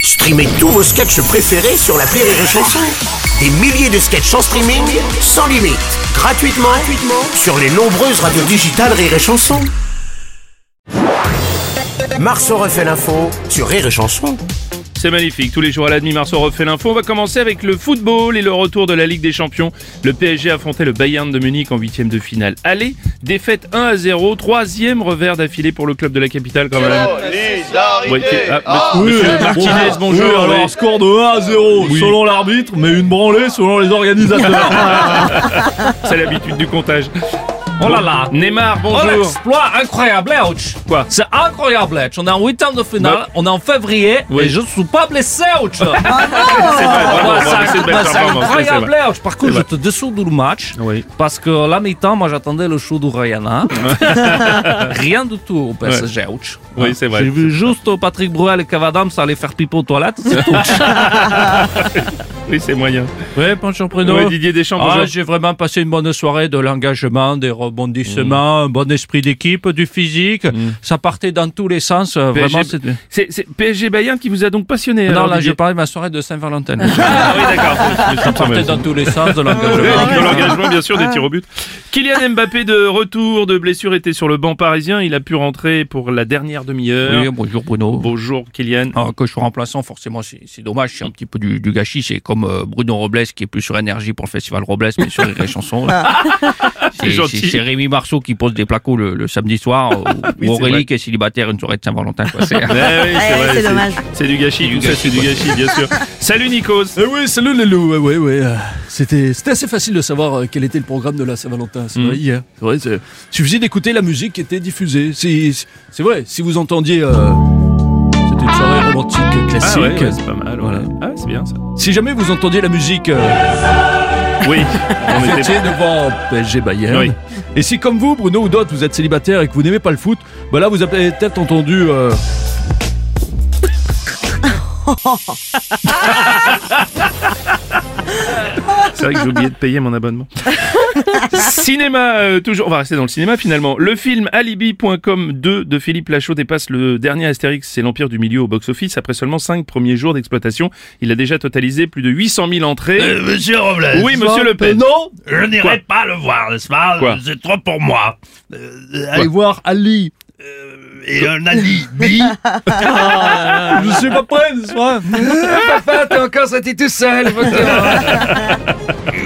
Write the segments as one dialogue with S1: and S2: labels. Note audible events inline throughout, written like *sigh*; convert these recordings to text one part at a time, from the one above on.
S1: Streamez tous vos sketchs préférés sur la Rire et Chanson. Des milliers de sketchs en streaming, sans limite, gratuitement, gratuitement sur les nombreuses radios digitales Rire et Chanson. Marceau refait l'info sur Rire et Chanson.
S2: C'est magnifique, tous les jours à la demi-mars on refait l'info. On va commencer avec le football et le retour de la Ligue des Champions. Le PSG affrontait le Bayern de Munich en huitième de finale. Allez, défaite 1 à 0, troisième revers d'affilée pour le club de la capitale quand même.
S3: Solidarité.
S2: Ouais, t'es- ah,
S3: Ah,
S2: monsieur-
S4: Oui,
S2: monsieur
S4: mais-
S2: Martinez, bonjour.
S4: Oui, alors,
S2: oui.
S4: score de 1 à 0
S2: Oui.
S4: selon l'arbitre, mais une branlée selon les organisateurs.
S2: *laughs* C'est l'habitude du comptage.
S5: Oh là là.
S2: Neymar,
S5: Oh,
S2: bonjour.
S5: l'exploit incroyable, hein, ouch
S2: Quoi
S5: C'est incroyable, ouch On est en huitième de finale,
S2: Bah-
S5: on est en février,
S2: Oui. Ah.
S5: et je suis pas blessé, ouch
S2: C'est vrai, bravo,
S5: Ouais,
S2: bravo, c'est
S5: C'est
S2: une belle
S4: Ah,
S5: bah,
S2: performance, oui,
S5: c'est
S2: c'est
S5: incroyable,
S2: vrai.
S5: ouch Par contre,
S2: C'est
S5: je te dessous du match,
S2: Oui.
S5: parce que la mi-temps, moi j'attendais le show du
S2: *laughs*
S5: Rihanna. *laughs* Rien du tout au PSG, ouch
S2: Oui, c'est vrai.
S5: J'ai vu juste Patrick Bruel et Cavadam, ça allait faire pipo aux
S2: *laughs*
S5: toilettes, c'est tout.
S2: Oui, c'est moyen.
S5: oui, bonjour Bruno.
S2: Ouais, Didier Deschamps,
S5: Ah,
S2: bonjour.
S5: j'ai vraiment passé une bonne soirée de l'engagement, des
S2: Mm.
S5: rebondissements, un bon esprit d'équipe, du physique. Ça partait dans tous les sens. euh,
S2: PSG
S5: Vraiment, c'était-
S2: C'est c'est PSG Bayern qui vous a donc passionné.
S5: Non,
S2: alors,
S5: là,
S2: Didier.
S5: j'ai parlé de ma soirée de Saint-Valentin.
S2: Ah oui, d'accord. Je me suis
S5: Partait
S2: entendu.
S5: dans tous les sens de l'engagement.
S2: Ouais, de l'engagement, bien sûr, des tirs au but. Ah. Kylian Mbappé, de retour de blessure, était sur le banc parisien. Il a pu rentrer pour la dernière demi-heure.
S5: Oui, bonjour Bruno.
S2: Bonjour, Kylian.
S5: Ah, que je sois remplaçant, forcément, c'est c'est dommage, c'est un petit peu du, du gâchis. C'est comme euh, Bruno Robles qui est plus sur énergie pour le festival Robles, mais sur les chansons.
S2: C'est
S5: C'est
S2: gentil.
S5: c'est- c'est Rémi Marceau qui pose des placos le, le
S2: *laughs*
S5: samedi soir,
S2: Oui,
S5: ou- ou
S2: c'est vrai.
S5: Aurélie qui est célibataire une soirée de Saint-Valentin.
S2: *laughs*
S5: quoi. C'est-
S2: Ouais, Eh
S6: *laughs*
S2: oui,
S6: Ouais,
S2: vrai,
S6: Eh, c'est dommage.
S2: C'est du gâchis, tout ça, c'est du gâchis, bien *laughs* sûr. Salut, Nikos.
S4: Eh oui, salut les loups. Ouais, ouais, ouais. euh, C'était, c'était assez facile de savoir euh, quel était le programme de la Saint-Valentin. C'est
S2: Mm.
S4: vrai, hier. C'est vrai, c'est- il suffisait d'écouter la musique qui était diffusée. Si- C'est, vrai, si vous entendiez. euh, C'était une soirée romantique
S2: Ah
S4: classique.
S2: ouais, ouais, c'est pas mal. Voilà. Ah, c'est bien ça.
S4: Si jamais vous entendiez la musique, euh,
S2: Oui, *laughs* on
S4: vous
S2: était
S4: étiez devant PSG Bayern.
S2: Oui.
S4: Et si, comme vous, Bruno ou d'autres, vous êtes célibataire et que vous n'aimez pas le foot, bah là, vous avez peut-être entendu. euh,
S2: C'est vrai que j'ai oublié de payer mon abonnement. cinéma, euh, toujours. On va rester dans le cinéma finalement. Le film Alibi.com 2 de Philippe Lachaud dépasse le dernier Astérix et l'Empire du Milieu au box-office. Après seulement 5 premiers jours d'exploitation, il a déjà totalisé plus de 800 000 entrées.
S7: Euh,
S5: Euh,
S7: Monsieur Robles,
S2: oui, monsieur Le Pen.
S4: Non
S7: je
S2: Quoi
S7: n'irai pas le voir, n'est-ce pas
S2: Quoi
S7: C'est trop pour moi. Euh,
S4: Allez
S7: allez,
S4: voir Ali.
S7: euh, et un alibi
S4: Ah, Je suis pas prêt ce soir.
S5: *laughs* Papa, t'es encore sorti tout seul.
S4: *laughs*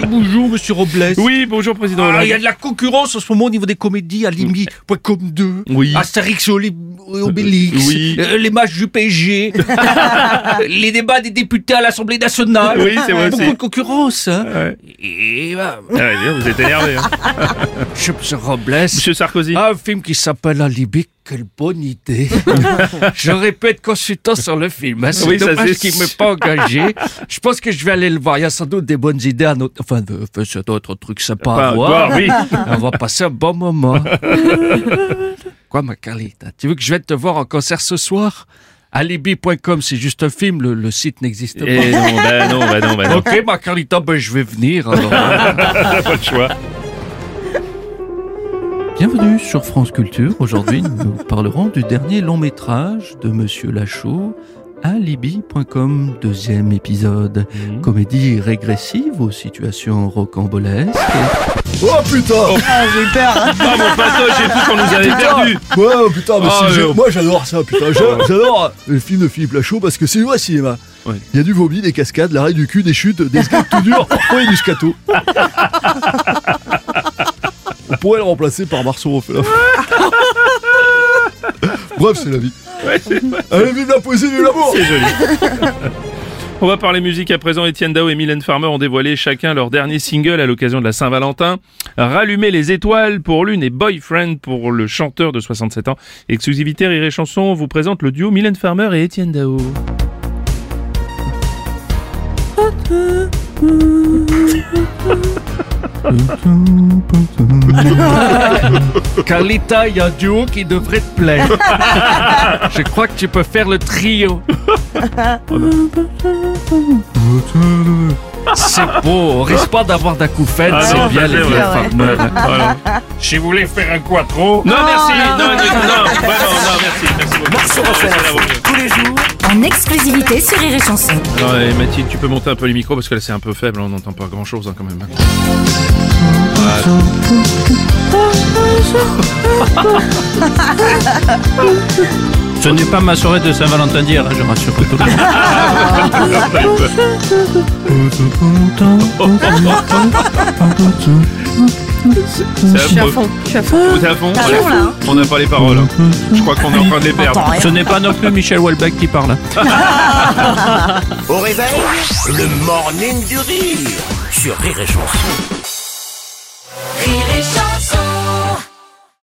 S4: Bonjour, monsieur Robles.
S2: Oui, bonjour président
S5: Ah,
S2: Hollande.
S5: Il y a de la concurrence en ce moment au niveau des comédies à Limi.com 2.
S2: Mm. Oui.
S5: Astérix et Oli- et Obélix.
S2: Oui.
S5: Euh, les matchs
S2: *laughs*
S5: du PSG. les débats des députés à l'Assemblée nationale.
S2: Oui, c'est vrai, c'est-
S5: Beaucoup de concurrence. hein.
S2: Ouais.
S5: Et bah,
S2: Ah ouais, bien, vous êtes énervé.
S5: *laughs*
S2: hein.
S5: je me Robles.
S2: Monsieur Sarkozy.
S5: Ah, Un film qui s'appelle Alibi, quelle
S2: *laughs*
S5: bonne idée. je répète, consultant sur le film. hein, c'est
S2: Oui, ça,
S5: dommage
S2: c'est
S5: qu'il ne m'ait
S2: sûr.
S5: pas engagé. Je pense que je vais aller le voir. Il y a sans doute des bonnes idées à notre... Enfin, euh, euh, c'est d'autres trucs sympas à
S2: Enfin,
S5: voir.
S2: voir, oui.
S5: *laughs* On va passer un bon moment. *laughs* Quoi, ma Carlita Tu veux que je vienne te voir en concert ce soir Alibi.com, c'est juste un film, le, le site n'existe pas.
S2: Eh non, bah non, bah non, bah
S5: *laughs*
S2: non.
S5: Ok, ma Carlita, ben, je vais venir.
S2: *laughs*
S5: alors.
S2: Pas de choix.
S5: Bienvenue sur France Culture. Aujourd'hui, nous parlerons du dernier long métrage de Monsieur Lachaud, Alibi.com, deuxième épisode. Comédie régressive aux situations rocambolesques.
S4: Oh putain
S2: Ah mon patoche, j'ai cru qu'on nous
S5: Ah,
S2: avait perdu.
S4: Ouais, putain, mais
S2: Ah, Oh.
S4: c'est-
S2: mais
S4: j'ai-
S2: on-
S4: moi j'adore ça, putain. J'a- J'adore les films de Philippe Lachaud parce que c'est du vrai cinéma. Il
S2: Ouais.
S4: y a du vomi, des cascades, l'arrêt du cul, des chutes, des skates tout *laughs* durs, parfois il y a
S2: *laughs*
S4: du scato. On pourrait le remplacer par Marceau
S2: *laughs*
S4: refait la fois. Bref, c'est la vie.
S2: Ouais, c'est-
S4: Allez, vive la poésie, vive l'amour
S2: C'est joli. On va parler musique à présent. Étienne Dao et Mylène Farmer ont dévoilé chacun leur dernier single à l'occasion de la Saint-Valentin. Rallumer les étoiles pour l'une et Boyfriend pour le chanteur de 67 ans. Exclusivité Rire et Chanson vous présente le duo Mylène Farmer et Étienne Dao.
S5: Carlita, il y a un duo qui devrait
S2: *laughs*
S5: te plaire. Je crois que tu peux faire le trio. C'est beau, on risque pas d'avoir d'acouphènes,
S2: Ah non,
S5: c'est bien
S2: ça,
S5: les
S2: c'est
S5: vieilles
S2: vrai.
S5: femmes.
S2: Voilà.
S7: Si vous voulez faire un quattro,
S2: Non, merci. Non, non, non, vraiment, non, merci. Merci beaucoup.
S1: Marceau
S2: Merci,
S1: refait.
S2: bravo.
S1: Tous les jours,
S3: En exclusivité sur Rire et Chanson.
S2: Alors, eh, Mathilde, tu peux monter un peu les micros parce que là c'est un peu faible, on n'entend pas grand chose quand même.
S5: Ce n'est pas ma soirée de Saint-Valentin d'hier, hein, je rassure tout le monde.
S2: Je
S6: suis à fond. Je suis à fond.
S2: Tout à fond.
S6: T'as
S2: voilà.
S6: raison, là, hein.
S2: On n'a pas les
S5: *laughs*
S2: paroles. hein. Je crois qu'on est en train de les perdre.
S6: T'entends rien.
S5: Ce n'est pas non plus Michel Houellebecq qui parle.
S1: au réveil, le morning du rire sur Rire et Chanson.
S3: Rire et Chanson.